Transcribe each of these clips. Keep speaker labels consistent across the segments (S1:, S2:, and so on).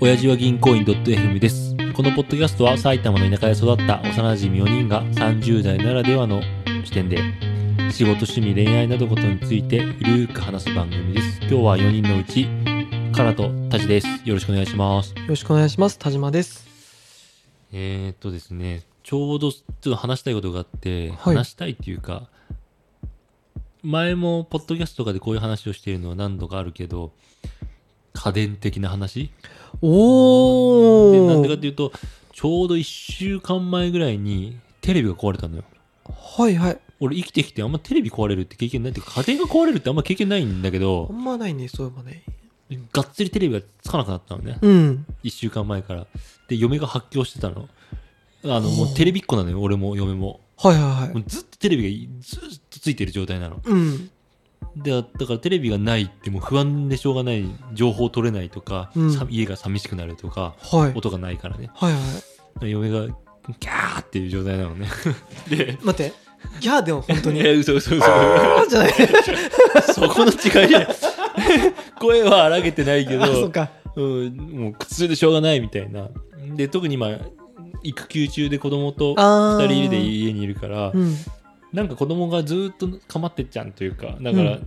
S1: 親父は銀行員 .fm です。このポッドキャストは埼玉の田舎で育った幼馴染4人が30代ならではの視点で仕事、趣味、恋愛などことについてゆるーく話す番組です。今日は4人のうち、カラとタジです。よろしくお願いします。
S2: よろしくお願いします。田島です。
S1: えー、っとですね、ちょうどちょっと話したいことがあって、
S2: はい
S1: 話したいっていうか、前もポッドキャストとかでこういう話をしているのは何度かあるけど、家電的な話
S2: お
S1: でなんでかっ
S2: ー
S1: ていうと、ちょうど1週間前ぐらいにテレビが壊れたのよ。
S2: はいはい。
S1: 俺生きてきてあんまテレビ壊れるって経験ないっていうか家庭が壊れるってあんま経験ないんだけ
S2: あ
S1: ど、
S2: んまないね、そういえばね。
S1: がっつりテレビがつかなくなったのね。
S2: うん。
S1: 1週間前から。で、嫁が発狂してたの。あの、も
S2: ほ
S1: う
S2: う
S1: テレビっ子なのよ、俺も嫁も。
S2: はいはいは
S1: も
S2: い。
S1: うずっとテレビがずっとついてる状態なの。
S2: うん。
S1: で、だからテレビがないってもう不安でしょうがない、情報取れないとか、
S2: うん
S1: さ家が寂しくなるとか、
S2: はい。
S1: 音がないからね。
S2: はいは
S1: 嫁がキャーっていう状態なのね。 で、
S2: い。待って。いや、でも本当
S1: い
S2: に。
S1: や、嘘嘘嘘。
S2: あーじゃない。
S1: そこの違い じゃない。声は荒げてないけ
S2: あ、そっ
S1: ど、
S2: か。
S1: うん、もう苦痛でしょうがないみたいな。で、特に今、育休中で子供と
S2: あー
S1: 二人で家にいるから
S2: う、ん。
S1: なんか子供がずっと構ってっちゃうというか、だから、
S2: うん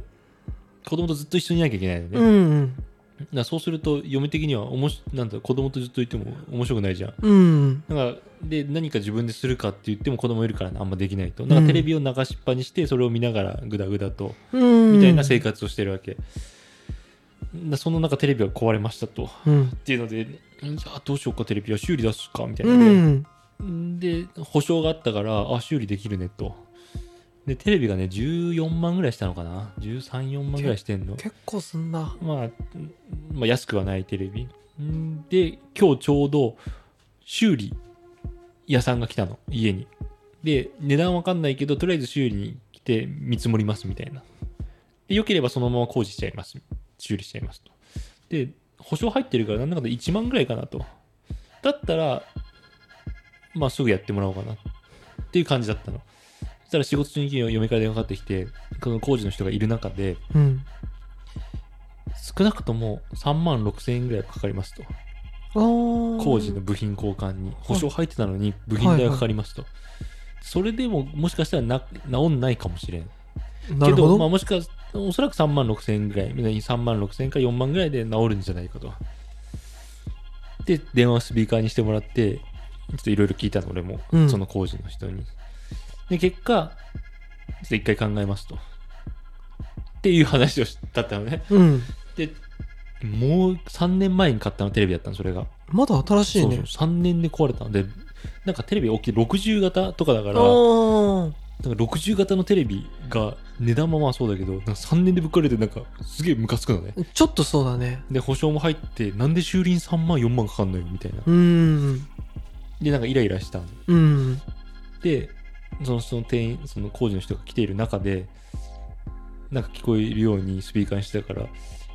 S1: 子供とずっと一緒にいなきゃいけないのね。
S2: うんうん。
S1: だからそうすると、嫁的にはおもし、なんだろう子供とずっといても面白くないじゃん。
S2: うん。
S1: なんかで何か自分でするかって言っても子供いるからあんまできないとなんかテレビを流しっぱにしてそれを見ながらグダグダと
S2: うん。
S1: みたいな生活をしてるわけ、なその中テレビが壊れましたとっ
S2: うん。
S1: ていうのでんじゃあどうしようかテレビは修理出すかみたいな
S2: う
S1: ね、
S2: ん。
S1: で保証があったからあ修理できるねとでテレビがね14万ぐらいしたのかな134万ぐらいしてんの
S2: 結構すんな。
S1: まあ、まあ安くはないテレビんで今日ちょうど修理屋さんが来たの家にで値段わかんないけどとりあえず修理に来て見積もりますみたいなで良ければそのまま工事しちゃいます修理しちゃいますとで保証入ってるからなんだかんだ1万ぐらいかなとだったらまあすぐやってもらおうかなっていう感じだったのそしたら仕事中に嫁から電話かかってきてこの工事の人がいる中で
S2: うん。
S1: 少なくとも3万6千円ぐらいはかかりますと工
S2: 工
S1: 事の。部品交換に保証入ってたのに部品代がかかりますと、それでももしかしたらな治んないかもしれん
S2: なる
S1: け
S2: ほ
S1: ど、まあ、
S2: ど。
S1: もしかおそらく3万6千円ぐらい3万6千円から4万ぐらいで治るんじゃないかとで電話をスピーカーにしてもらってちょっといろいろ聞いたの俺も、
S2: うん
S1: その工事の人にで結果ちょっと一回考えますとっていう話をしたったのね
S2: うん。
S1: でもう3年前に買ったのテレビだったのそれが
S2: まだ新しい
S1: そ
S2: ね
S1: う。そう3年で壊れたのでなんかテレビ大きい60型とかだか
S2: あ
S1: ら
S2: ー
S1: なんか60型のテレビが値段もまあそうだけどなんか3年でぶっかれてなんかすげえムカつくのね
S2: ちょっとそうだね。
S1: で保証も入ってなんで修理に3万4万かかんのよみたいな
S2: うん。
S1: でなんかイライラしたの
S2: うん。
S1: でそのその店員その工事の人が来ている中でなんか聞こえるようにスピーカーにしてたからい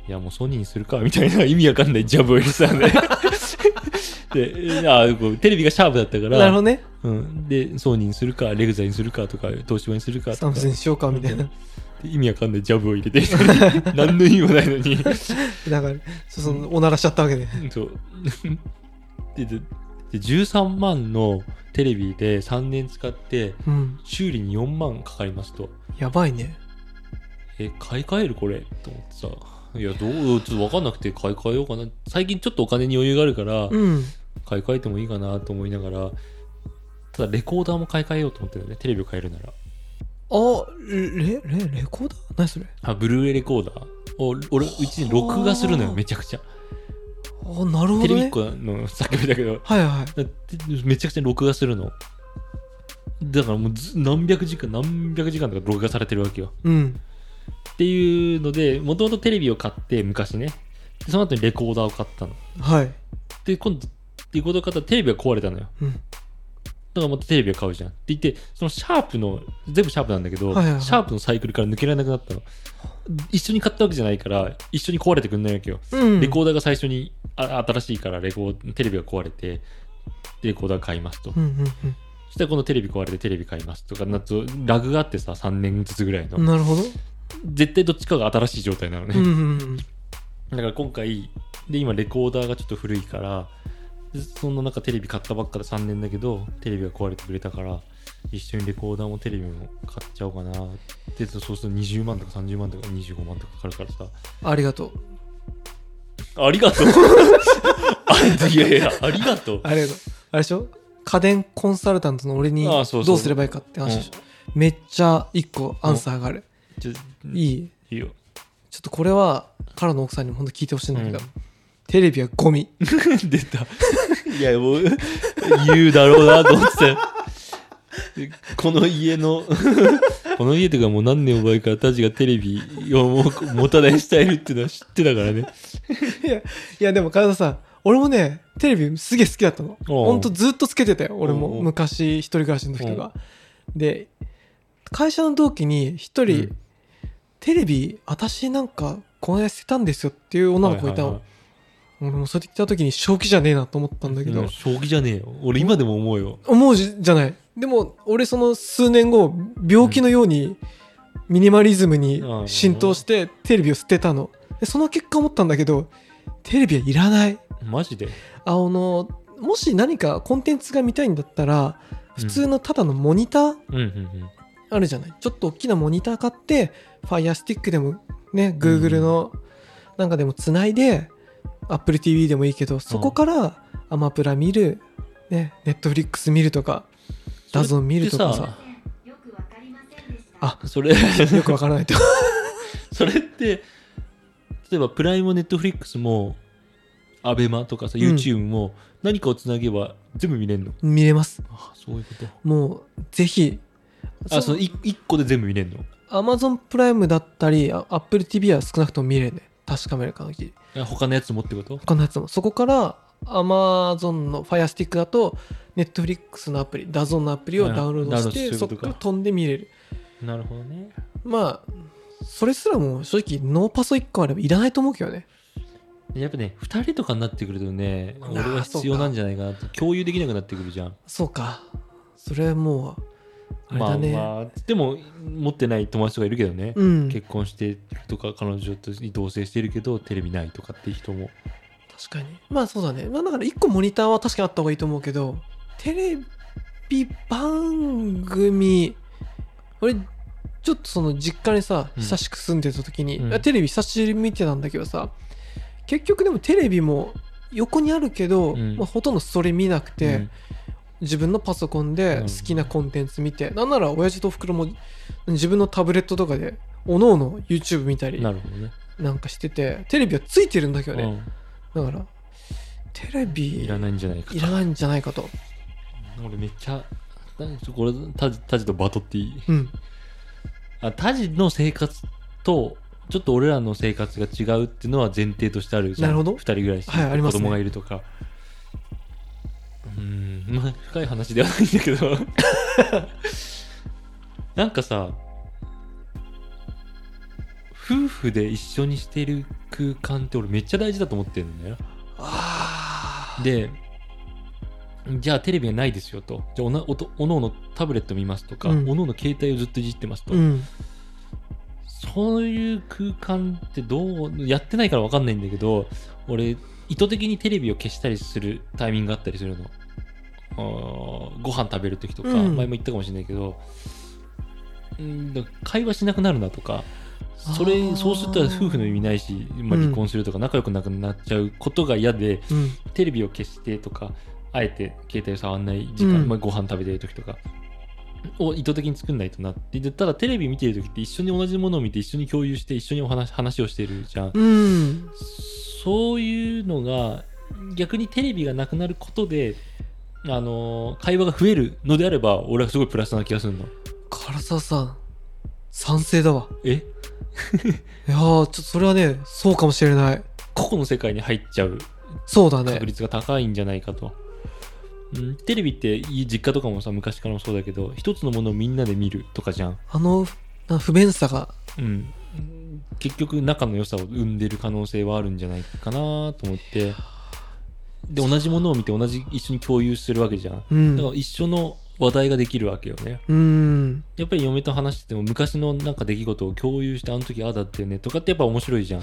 S1: やもうソニーにするかみたいな意 味わかんないジャブを入れてたんでで あこうテレビがシャープだったから
S2: なるほどね。
S1: うん、でソニーにするかレグザにするかとか東芝にするか
S2: サ
S1: と
S2: ム
S1: か
S2: スンしようかみたいな。
S1: で意味わかんないジャブを入れて 何の意味もないのに
S2: だから、そそのおならしちゃったわけで。
S1: そう ででで13万のテレビで3年使って
S2: うん。
S1: 修理に4万かかりますと
S2: やばいね。
S1: え買い替えるこれと思ってさいやどうちょっと分かんなくて買い替えようかな最近ちょっとお金に余裕があるから
S2: うん。
S1: 買い替えてもいいかなと思いながらただレコーダーも買い替えようと思ってるよねテレビを変えるなら
S2: あ、レ、レ、レコーダー何それ
S1: あブルーレイレコーダーを俺うちに録画するのよ
S2: はあ
S1: めちゃくちゃ、
S2: あ、なるほ
S1: テ
S2: ど
S1: レビっ
S2: ね。
S1: 子のさっきも言ったけど
S2: はいはい。
S1: だってめちゃくちゃ録画するのだからもうず何百時間何百時間とか録画されてるわけよ
S2: うん。
S1: っていうのでもともとテレビを買って昔ねでその後にレコーダーを買ったの
S2: はい。
S1: で今度っていうことを買ったらテレビが壊れたのよ
S2: うん。
S1: だからまたテレビを買うじゃんって言ってそのシャープの全部シャープなんだけど、
S2: はいはいはい
S1: シャープのサイクルから抜けられなくなったの一緒に買ったわけじゃないから一緒に壊れてくんないわけよ
S2: うん。
S1: レコーダーが最初にあ新しいからレコーテレビが壊れてレコーダー買いますと、
S2: うんうん
S1: そしたらこのテレビ壊れてテレビ買いますとかなとラグがあってさ3年ずつぐらいの、
S2: うん。なるほど。
S1: 絶対どっちかが新しい状態なのね、
S2: うんうんうん。
S1: だから今回で今レコーダーがちょっと古いからでそんな中テレビ買ったばっかで3年だけどテレビが壊れてくれたから一緒にレコーダーもテレビも買っちゃおうかなでそうすると20万とか30万とか25万とかかかるからさ
S2: ありがとう。
S1: ありがとう あいやいやありがとう
S2: ありがとう。あれでしょ家電コンサルタントの俺に
S1: あ
S2: ど
S1: あそうそう
S2: うすればいいかって話でしょ。めっちゃ一個アンサーがある。
S1: ちょい
S2: いい。
S1: いよ
S2: ちょっとこれは、カラの奥さんにも本当聞いてほしいんだけど、
S1: うん
S2: テレビはゴミ。
S1: 出た。いや、もう、言うだろうなと思って たこの家の、 この家とかもう何年も前からたちがテレビをもう持たないスタイルっていうのは知ってたからね。
S2: いや、いやでもカラさん、俺もね、テレビすげえ好きだったの。
S1: おう
S2: ほんとずっとつけてたよ。俺
S1: おうお
S2: も
S1: う
S2: 昔一人暮らしの時とか。で、会社の同期に一人、
S1: うん
S2: テレビ、私なんか、この間捨てたんですよっていう女の子がいたの。
S1: はい
S2: 俺もそうやって来た時に正気じゃねえなと思ったんだけ
S1: はい
S2: ど、
S1: はい。将棋じゃねえよ。俺今でも思うよ。
S2: 思うじじゃないでも俺その数年後病気のようにミニマリズムに浸透してテレビを捨てたのでその結果思ったんだけどテレビはいらない
S1: マジで。
S2: あのもし何かコンテンツが見たいんだったら普通のただのモニター
S1: うんうん
S2: あるじゃないちょっと大きなモニター買って FireStick でもね Google のなんかでもつないで AppleTV でもいいけどそこからアマプラ見る、ね、Netflix 見るとか
S1: うん。
S2: ダゾン見るとか
S1: それ
S2: さ
S1: って
S3: よくわかりませんでした。
S2: あ
S1: さ。それ、
S2: よくわからないと
S1: それって、例えばプライムネットフリックスも、アベマとかさ、
S2: うん
S1: YouTube も、何かをつなげば全部見れるの。
S2: 見れます
S1: あそういうこと。
S2: もうぜひ
S1: あ、そのい一個で全部見れるの
S2: Amazon プライムだったりあ AppleTV は少なくとも見れるね確かめる限り
S1: あ他のやつもってこと
S2: 他のやつもそこから Amazon の Firestick だと Netflix のアプリ DAZN のアプリをダウンロードし
S1: うんダウンロードす
S2: て
S1: る
S2: そ
S1: こと
S2: こ
S1: か
S2: から飛んで見れる
S1: なるほどね。
S2: まあそれすらもう正直ノーパソ1個あればいらないと思うけどね
S1: やっぱね、2人とかになってくるとね、
S2: あー
S1: 俺は必要なんじゃないかなと、共有できなくなってくるじゃん。
S2: そうかそれはもうあれだね、
S1: まあまあ、でも、持ってない友達とかいるけどね、
S2: うん確
S1: 結婚してとか、彼女と同棲してるけど、テレビないとかって人も。
S2: かにまあそうだねまあだから1個モニターは確かにあった方がいいと思うけどテレビ番組俺ちょっとその実家にさ
S1: うん
S2: 久しく住んでた時に、
S1: うん
S2: いやテレビ久しぶりに見てたんだけどさ結局でもテレビも横にあるけど、
S1: うん
S2: まあ、ほとんどそれ見なくて、
S1: うん
S2: 自分のパソコンで
S1: うん
S2: 好きなコンテンツ見て、なんなら親父とおふくろも自分のタブレットとかでおのおの YouTube 見たり
S1: なるほどね。
S2: なんかしててテレビはついてるんだけどね、
S1: う
S2: だからテレ
S1: ん、
S2: ビ
S1: いらないんじゃないか
S2: いらないんじゃないかと、
S1: 俺めっちゃ、なんかこれ、タジタジとバトっていい
S2: うん、
S1: あタジの生活と、ちょっと俺らの生活が違うっていうのは前提としてあるじゃん
S2: なるほど
S1: 2人ぐらいして、
S2: はいありますね
S1: 子供がいるとかうーんまあ深い話ではないんだけど なんかさ夫婦で一緒にしてる空間って俺めっちゃ大事だと思ってるんだよ
S2: あ
S1: でじゃあテレビがないですよとじゃあおなおとおのおのタブレット見ますとか、
S2: うん
S1: おのおの携帯をずっといじってますと、
S2: うん
S1: そういう空間ってどうやってないから分かんないんだけど俺意図的にテレビを消したりするタイミングがあったりするのあーご飯食べる時とか、
S2: うん
S1: 前も言ったかもしれないけどうんだから会話しなくなるなとかそれ
S2: あー
S1: そうすると夫婦の意味ないし、まあ、離婚するとか仲良くなくなっちゃうことが嫌で、
S2: うん
S1: テレビを消してとかあえて携帯を触んない時間、
S2: うん
S1: まあ、ご飯食べてる時とかを意図的に作んないとなってでただテレビ見てる時って一緒に同じものを見て一緒に共有して一緒にお話話をしてるじゃん、
S2: うん
S1: そういうのが逆にテレビがなくなることであのー会話が増えるのであれば俺はすごいプラスな気がするの
S2: 唐沢さん賛成だわ
S1: え
S2: いやーちょっとそれはねそうかもしれない
S1: 個々の世界に入っちゃう
S2: そうだね
S1: 確率が高いんじゃないかと、うん、テレビっていい実家とかもさ昔からもそうだけど一つのものをみんなで見るとかじゃん
S2: あのな不便さが
S1: うん、結局仲の良さを生んでる可能性はあるんじゃないかなと思ってで同じものを見て同じ一緒に共有するわけじゃん
S2: う
S1: だから
S2: ん
S1: 一緒の話題ができるわけよね
S2: うん
S1: やっぱり嫁と話してても昔のなんか出来事を共有してあの時ああだったよねとかってやっぱ面白いじゃん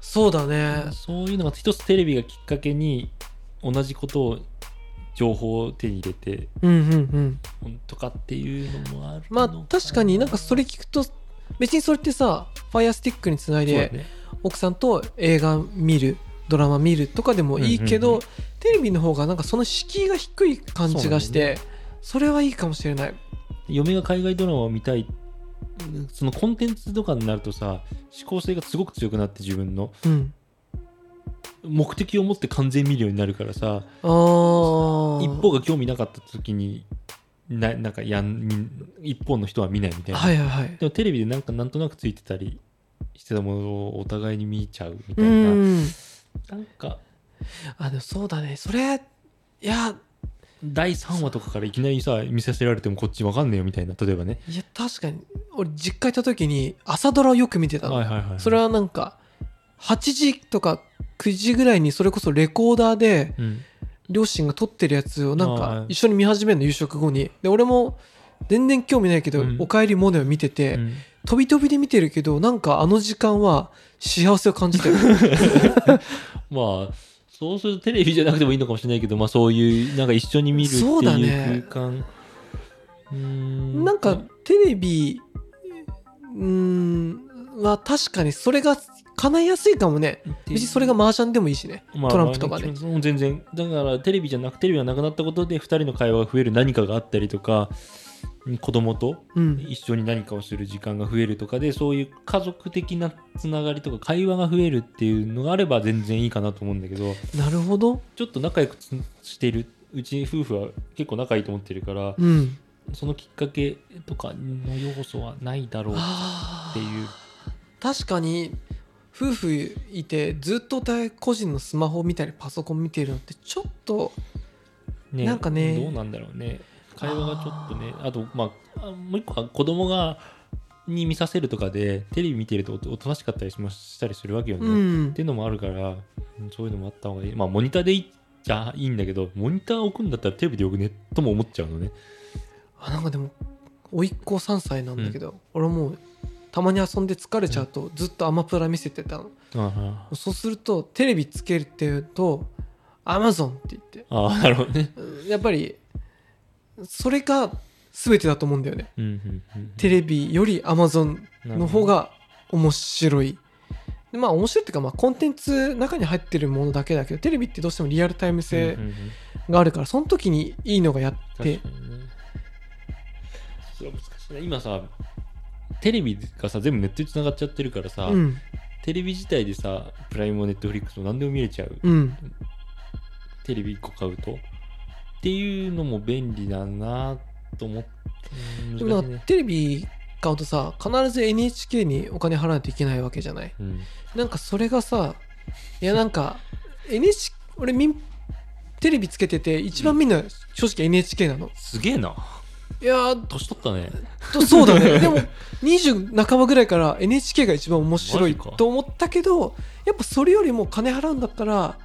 S2: そうだね
S1: そういうのが一つテレビがきっかけに同じことを情報を手に入れて
S2: うんうんうん
S1: とかっていうのもある
S2: まあ
S1: の
S2: 確かになんかそれ聞くと別にそれってさファイアスティックにつない
S1: そうだ
S2: で、
S1: ね
S2: 奥さんと映画見るドラマ見るとかでもいいけど、
S1: うんうんうん
S2: テレビの方がなんかその敷居が低い感じがしてそ,、れはいいかもしれない
S1: 嫁が海外ドラマを見たいそのコンテンツとかになるとさ思考性がすごく強くなって自分の
S2: うん
S1: 目的を持って完全見るようになるからさ
S2: あー
S1: 一方が興味なかった時にななんかやんみ一方の人は見ないみたいな、
S2: はいはいはい
S1: でもテレビでなんかなんとなくついてたりしてたものをお互いに見ちゃうみた
S2: う
S1: いな、
S2: ん
S1: なんか
S2: あでもそうだねそれいや
S1: 第3話とかからいきなりさ見させられてもこっちわかんねえよみたいな例えばね
S2: いや確かに俺実家行った時に朝ドラをよく見てたの、
S1: はいはいはい
S2: それはなんか8時とか9時ぐらいにそれこそレコーダーで
S1: うん
S2: 両親が撮ってるやつをなん
S1: あ
S2: か
S1: ー
S2: 一緒に見始めるの夕食後にで俺も全然興味ないけど「
S1: うん
S2: おかえりモネ」を見てて、
S1: うん
S2: 飛び飛びで見てるけどなんかあの時間は幸せを感じてる
S1: まあそうするとテレビじゃなくてもいいのかもしれないけど、まあ、そういうなんか一緒に見るって
S2: そうだ
S1: い
S2: ね
S1: う空間う,、ん
S2: なんかテレビうーんは確かにそれが叶いやすいかもね別にそれが麻雀でもいいしね、
S1: まあ
S2: トランプと
S1: ま
S2: か
S1: あ
S2: ね、
S1: もう全然だからテレビじゃなくテレビがなくなったことで2人の会話が増える何かがあったりとかうん子供と
S2: うん
S1: 一緒に何かをする時間が増えるとかでそういう家族的なつながりとか会話が増えるっていうのがあれば全然いいかなと思うんだけど
S2: なるほど
S1: ちょっと仲良くつしてるうち夫婦は結構仲いいと思ってるから
S2: うん
S1: そのきっかけとかの要素はないだろうっていう
S2: 確かに夫婦いてずっとお互い個人のスマホ見たりパソコン見てるのってちょっと
S1: ね、
S2: なんかね
S1: どうなんだろうね会話がちょっとねあとまああもう一個は子供がに見させるとかでテレビ見てるとおとおとなしかったりしましたりするわけよね、
S2: う
S1: っ
S2: ん
S1: ていうのもあるからうんそういうのもあった方がいいまあモニターでいいじゃいいんだけどモニター置くんだったらテレビでよくねとも思っちゃうのね
S2: あなんかでも甥っ子3歳なんだけど、俺もうたまに遊んで疲れちゃうとずっとアマプラ見せてたの、
S1: あ
S2: そうするとテレビつけるっていうと「アマゾン」って言って
S1: あーなるほどね、
S2: うんやっぱりそれが全てだと思うんだよね
S1: うんうんうん、
S2: テレビよりアマゾンの方が面白い。でまあ面白いっていうか、まあ、コンテンツ中に入ってるものだけだけどテレビってどうしてもリアルタイム性
S1: うんうんうん
S2: があるからその時にいいのがやって
S1: 確かにねそれは難しいね今さテレビがさ全部ネットにつながっちゃってるからさ、
S2: うん
S1: テレビ自体でさプライムもネットフリックスも何でも見れちゃう、
S2: うん
S1: テレビ1個買うとっていうのも便利だなと思ってうん
S2: でもな
S1: 難しい
S2: んか
S1: ね
S2: テレビ買うとさ必ず NHK にお金払わないといけないわけじゃない
S1: うん
S2: なんかそれがさいやなんか NHK 俺民テレビつけてて一番みんな正直 NHK なの、
S1: すげえない
S2: やー
S1: 年取ったね
S2: とそうだ ねでも20半ばぐらいから NHK が一番面白い
S1: マジか
S2: と思ったけどやっぱそれよりも金払うんだったら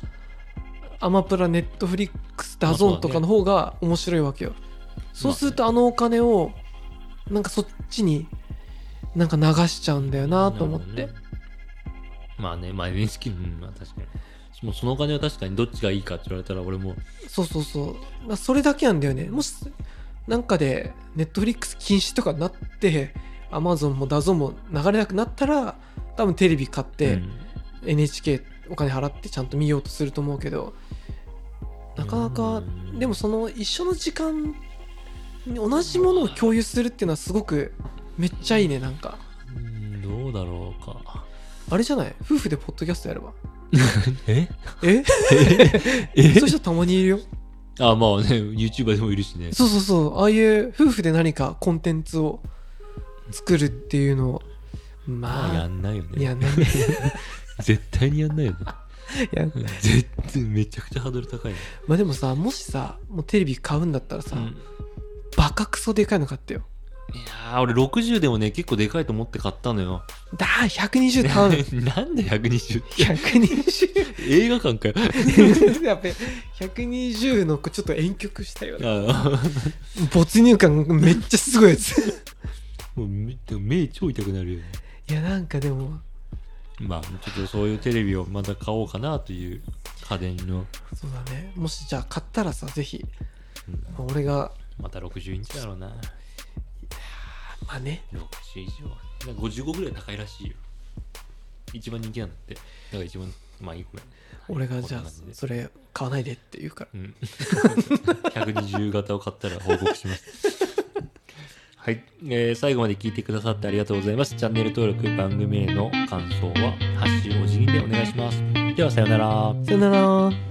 S2: アマプラネットフリックスダゾーンとかの方が面白いわけよそうするとあのお金をなんかそっちになんか流しちゃうんだよなと思って、
S1: まあねまあ NHK うんまあ確かにもうそのお金は確かにどっちがいいかって言われたら俺も
S2: そうそうそうまあそれだけなんだよねもしなんかでネットフリックス禁止とかになってアマゾンもダゾーンも流れなくなったら多分テレビ買って、
S1: うん
S2: NHK お金払ってちゃんと見ようとすると思うけどなかな
S1: う
S2: か
S1: ん
S2: でもその一緒の時間に同じものを共有するっていうのはすごくめっちゃいいねなんか
S1: うんどうだろうか
S2: あれじゃない夫婦でポッドキャストやれば
S1: え
S2: え
S1: え
S2: そういう人たまにいるよ
S1: あまあね YouTuber でもいるしね
S2: そうそうそうああいう夫婦で何かコンテンツを作るっていうのを
S1: まあや
S2: まあ
S1: んないよ
S2: い
S1: ね
S2: やね
S1: 絶対にやんないよね
S2: や
S1: 絶対めちゃくちゃハードル高いね
S2: まあでもさもしさもうテレビ買うんだったらさ、
S1: うん
S2: バカクソでかいの買ってよ
S1: いやー俺60でもね結構でかいと思って買ったのよ。
S2: だー120頼む
S1: なんで120って
S2: 120
S1: 映画館かよ。
S2: やっぱり120のちょっと遠曲したよね
S1: あ
S2: 没入感めっちゃす ごいやつ
S1: ーもう目目超痛くなるよね。
S2: いやなんかでも
S1: まあ、ちょっとそういうテレビをまた買おうかなという家電の、
S2: そうだねもしじゃあ買ったらさぜひ
S1: うん
S2: まあ俺が
S1: また60インチだろうな。
S2: まあね
S1: 60以上。なんか55ぐらい高いらしいよ。一番人気なんだって。だから一番、まあいいごめん
S2: 俺がじゃあ
S1: こんな感じで
S2: それ買わないでって言うから
S1: うん、120型を買ったら報告します。はい、えー最後まで聞いてくださってありがとうございます。チャンネル登録、番組への感想は、ハッシュお辞儀でお願いします。では、さようなら。
S2: さよなら